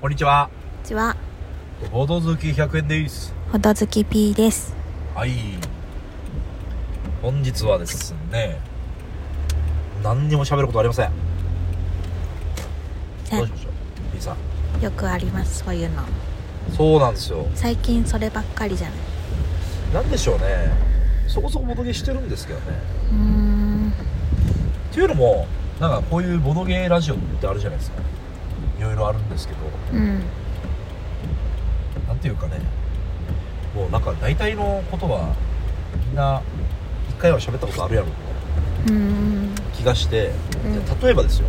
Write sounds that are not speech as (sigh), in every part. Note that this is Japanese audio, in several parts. こんにちは。こんにちは、ほどずき100円です。ほどずき P です。はい。本日はですね、何にも喋ることありません。えどうしましょう。B さん。よくあります、そういうの。そうなんですよ。最近そればっかりじゃない。なんでしょうね。そこそこボドゲしてるんですけどね。うーん、っていうのも、なんかこういうボドゲラジオってあるじゃないですか。いろいろあるんですけど、うん、なんていうかね、もうなんか大体のことは、みんな、一回は喋ったことあるやろ、うーん、気がして、うんで例えばですよ。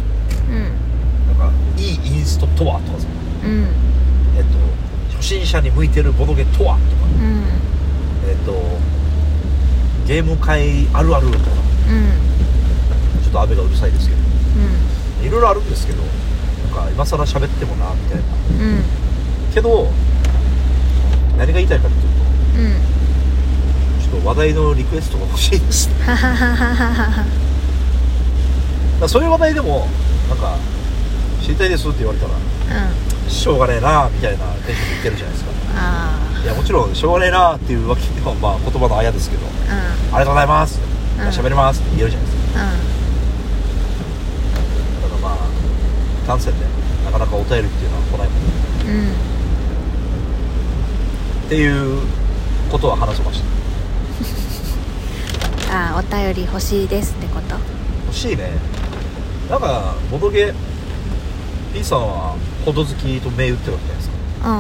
うん、なんかいいインストとはとかさ、うん、えっと、初心者に向いてるボドゲとはとか、うん、えっと、ゲーム会あるあるとかうん、ちょっと雨がうるさいですけどう、いろいろあるんですけどなんか今更喋ってもなみたいなんうん、けど何が言いたいかっていううん、とちょっと話題のリクエストが欲しいですだかはははははは。らそういう話題でもなんか知りたいですって言われたらうん、しょうがねえなみたいなテンションで言ってるじゃないですかあいやもちろんしょうがねえなっていうわけにはまあ言葉のあやですけどあ、うん、ありがとうございますうん喋、りますって言えるじゃないですかだからまあ単線でなかなかお便りっていうのは来ないもんうん、うん、っていうことは話せましたああ、お便り欲しいですってこと。欲しいねなんかボドゲ P さんはほど好きと銘打ってるわけじゃないですかう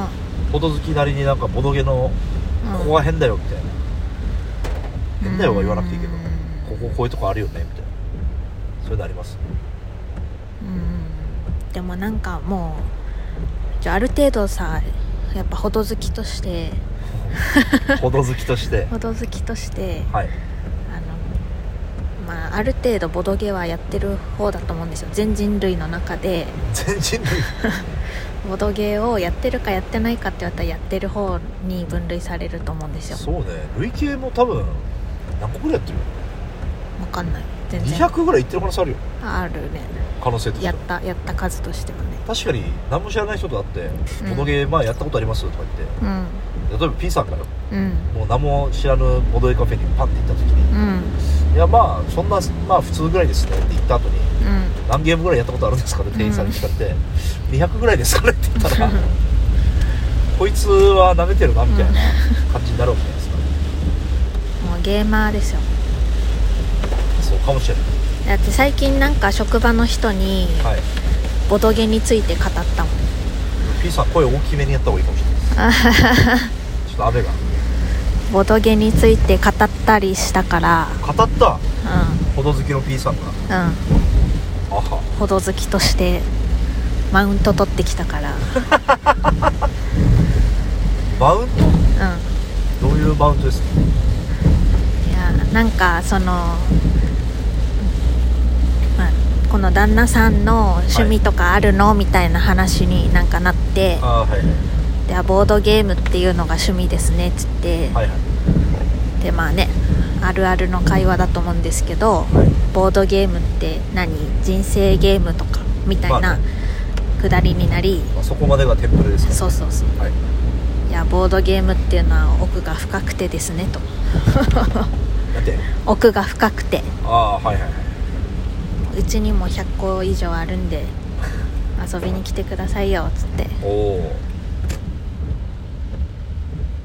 ん、ほど好きなりになんかボドゲのうんここは変だよみたいな、変だよは言わなくていいけどうんこここういうとこあるよねみたいなそういうのありますうん、でもなんかもう、じゃあある程度さ、やっぱほど好きとして、ほど好きとして (laughs) ほど好きとして。はいあのまあある程度ボドゲはやってる方だと思うんですよ全人類の中で全人類ボドゲをやってるかやってないかって言われたらやってる方に分類されると思うんですよそうね累計も多分何個ぐらいやってるわかんない全然200ぐらいいってる可能性あるよあるね可能性としてやっはたやった数としてはね確かに何も知らない人と会って「うんボドゲーまあやったことあります」とか言って例えば P さんからもうんうんう何も知らぬボドゲカフェにパッて行った時にうん「いやまあそんなまあ普通ぐらいですね」って言った後にうん「何ゲームぐらいやったことあるんですか?」って店員さんに聞かれて「200ぐらいですかね?」って言ったらこいつは舐めてるなみたいな感じになるわけじゃないですかもうゲーマーですよそうかもしれないだって最近なんか職場の人にはいボドゲについて語ったもん P さん声大きめにやった方がいいかもしれないですちょ (laughs) っと雨がボドゲについて語ったりしたから語ったうほど好きの P さんがんうんあはほど好きとしてマウント取ってき (laughs) たから、うマウンん、いやトどういうマウントですかなんかその、まあ、この旦那さんの趣味とかあるの、みたいな話になんかなってあーはいはいであボードゲームっていうのが趣味ですねっつって、はいはいでまあねあるあるの会話だと思うんですけど、はいボードゲームって何人生ゲームとかみたいまあなねくだりになり、まあそこまでがテンプレですかそうそうそうらはいいやボードゲームっていうのは奥が深くてですねとだって奥が深くてああーはいはいはいうちにも100個以上あるんで遊びに来てくださいよっつってっおお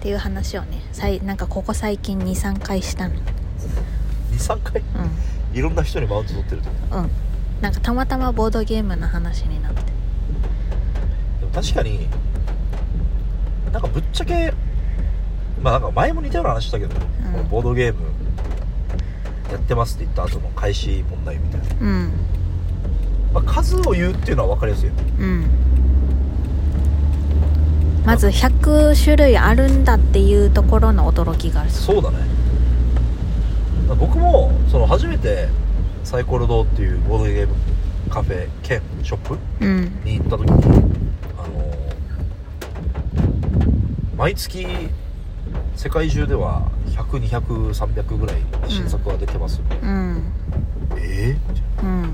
ていう話をねさいなんかここ最近23回したの23回ういろんな人にマウント取ってるとんうんなんかたまたまボードゲームの話になってでも確かになんかぶっちゃけまあなんか前も似たような話したけど、んこのボードゲームやってますって言った後の開始問題みたいな、うんまあ、数を言うっていうのは分かりやすいよねうんまず100種類あるんだっていうところの驚きがあるそうだねだから僕もその初めてサイコロ堂っていうボードゲームカフェ兼ショップうんに行った時にあの毎月世界中では10020030ぐらい新作が出てます、うんええうん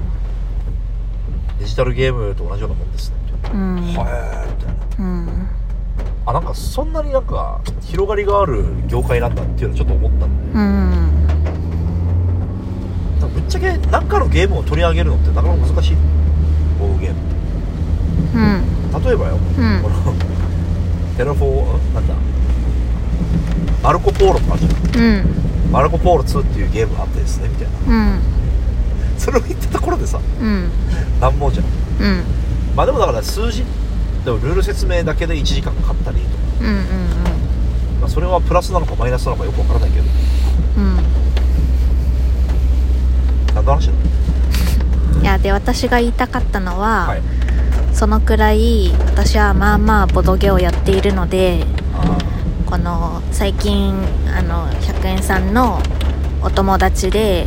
デジタルゲームと同じようなもんですねうんへえみたいなうんあなんかそんなになんか広がりがある業界なんだっていうのをちょっと思ったんでうんなんかぶっちゃけ何かのゲームを取り上げるのってなかなか難しいボードゲームうん例えばよ、うんこのテラフォーなんだマルコ・ポーロとかあるじゃんうんマルコ・ポーロ2っていうゲームがあってですねみたいなうんそれを言ったところでさうんなんもじゃんうんまあでもだから数字でもルール説明だけで1時間かかったりとか、うんうんまあ、それはプラスなのかマイナスなのかよくわからないけどうん何の話なのうんいやで私が言いたかったのは、はいそのくらい私はまあまあボドゲをやっているのであこの最近あの100円さんのお友達で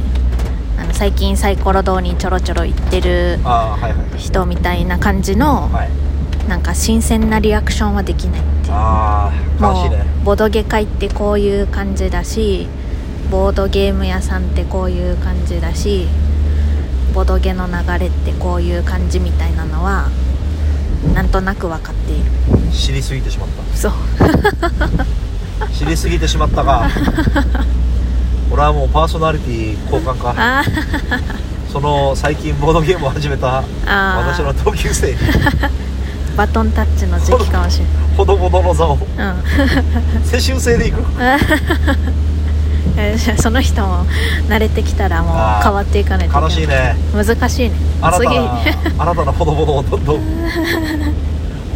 あの最近サイコロ堂にちょろちょろ行ってーるあーはいはい人みたいな感じのはいなんか新鮮なリアクションはできないああも悲しいねうボドゲ会ってこういう感じだしボードゲーム屋さんってこういう感じだしボドゲの流れってこういう感じみたいなのはなんとなく分かっている知りすぎてしまっそうた知りすぎてしまった (laughs) が俺はもうパーソナリティ交換かあーその最近ボードゲームを始めたあ私のー同級生にバトンタッチの時期かもしれほどほどの座をない、世襲制でいくうんえ、じゃあその人も慣れてきたらもうあー変わっていかないといけな悲しいね難しいね新たな次新たなほどほどをど (laughs) んどん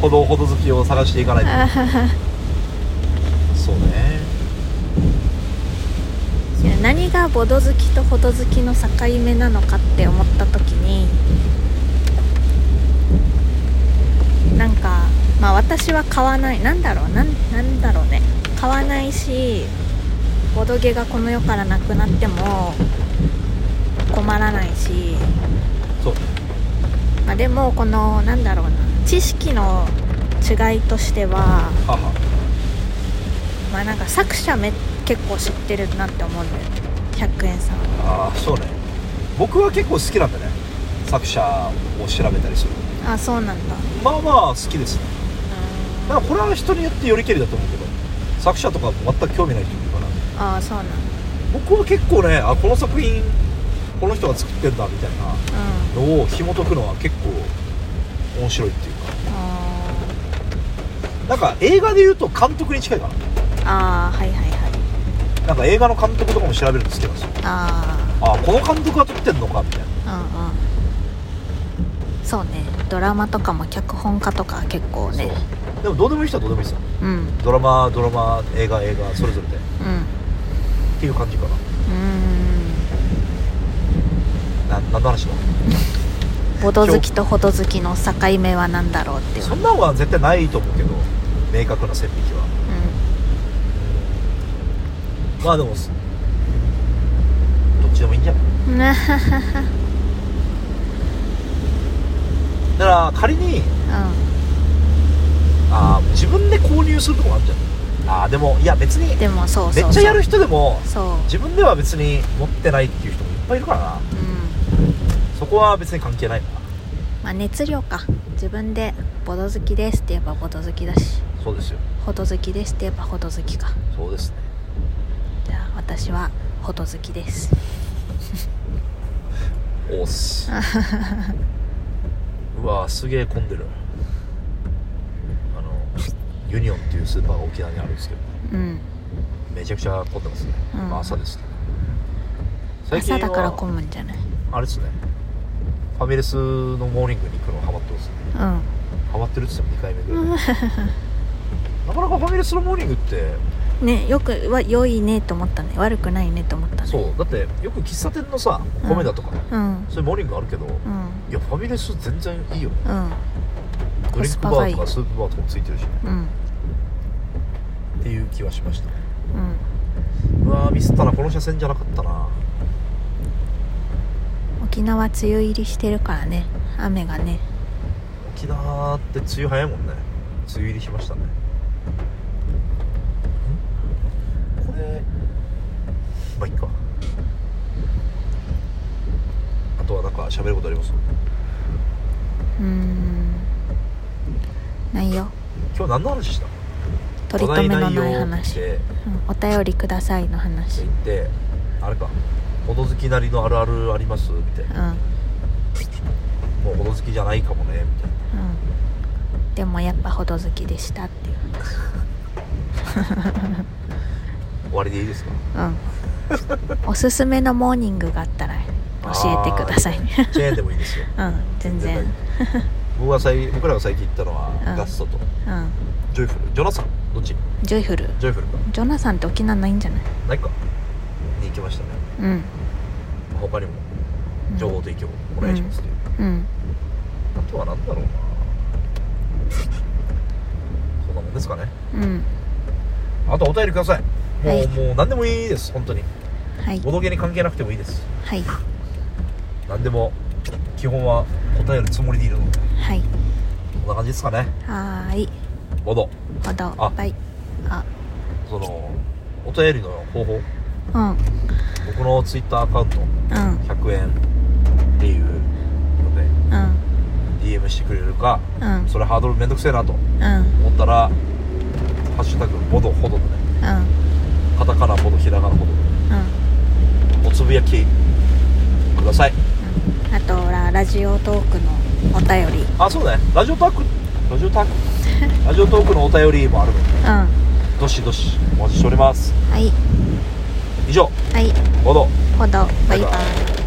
ほどほど好きを探していかないと (laughs) あーそうねいや何がボド好きとほど好きの境目なのかって思った時になんかまあ私は買わないなんだろうなんなんだろうね買わないしボドゲがこの世からなくなっても困らないし、そうまあ、でもこのなんだろうな知識の違いとしてはははまあなんか作者め結構知ってるなって思うんだよ100円さんは。ああそうね僕は結構好きなんだね作者を調べたりするあそうなんだまあまあ好きですねだからこれは人によってよりけりだと思うけど作者とか全く興味ない人いるからああそうなんだ僕は結構ねあこの作品この人が作ってんだみたいなうんのを紐解くのは結構面白いっていうかあなんか映画で言うと監督に近いかなーあーはいはいはいなんか映画の監督とかも調べるんですけどああこの監督が撮ってんのかみたいなあうんうんそうねドラマとかも脚本家とか結構ねそうでもどうでもいい人はどうでもいいですようんうんドラマドラマ映画映画それぞれでっていう感じかうーんなな何の話だボド好きとほど好きの境目は何だろうっていうそんなんは絶対ないと思うけど明確な線引きはまあでもすどっちでもいいんじゃんうん (laughs) うんだから仮にあー自分で購入するとこもあるじゃんあーでもいや別にでもそうめそうそうっちゃやる人でもそう自分では別に持ってないっていう人もいっぱいいるからなうんそこは別に関係ないなまあ熱量か自分でボド好きですって言えばボド好きだしそうですよほど好きですって言えばほど好きかそうですねじゃあ私はほど好きですおっ (laughs) すうわすげえ混んでるあのユニオンっていうスーパーが沖縄にあるんですけどうんめちゃくちゃ混んでますね、うんまあ朝ですけど朝だからは混むんじゃないあれですねファミレスのモーニングに行くのハマってますねうんハマってるって言っても2回目ぐらい、なかなかファミレスのモーニングってねよくは良いねと思ったね悪くないねと思ったねそうだってよく喫茶店のさうん米田とか、うんそういうモーニングあるけど、いうんやファミレス全然いいようんドコリンスクパバがいーいとかスープバーとかもついてるしうんっていう気はしましたうんうわーミスったなこの車線じゃなかったな沖縄梅雨入りしてるからね雨がね沖縄って梅雨早いもんね梅雨入りしましたねんこれまあいいかあとはなんか喋ることありますうーんないよ今日何の話した取り留めの話題ない内容っ話、てうん、お便りくださいの話言ってあれか「ほど好きなりのあるあるあります?」みたいなうん「もうほど好きじゃないかもね」みたいなうんでもやっぱほど好きでしたっていう終わりでいいですかうんおすすめのモーニングがあったら教えてくださいねあーチェーンでもいいですようん (laughs) 全然大丈夫僕は最僕らが最近行ったのは、うんガストとうんジョイフルジョナサンどっちジョイフルジョイフルかジョナサンって沖縄ないんじゃないないかに行きましたねうん他にも情報提供お願いしますっていう、うんあとは何だろうなそんなもんですかねうんあとお便りくださいもう、はいもう何でもいいです本当にはいボドゲに関係なくてもいいですはい何でも基本は答えるつもりでいるのではいこんな感じですかねはーいボドほどあバイあそのお便りの方法うん僕のツイッターアカウントうん100円っていうのでうん DM してくれるかうんそれハードルめんどくせえなとうん思ったら「ハッシュタグボドほど」でねうんカタカナほどひらがなほどうんおつぶやきくださいあとほらラジオトークのお便りあそうだねラジオトークラジオトークラジオトークのお便りもあるのでうんはどしどしお待ちしておりますい以上はいボドほどバイババイバイ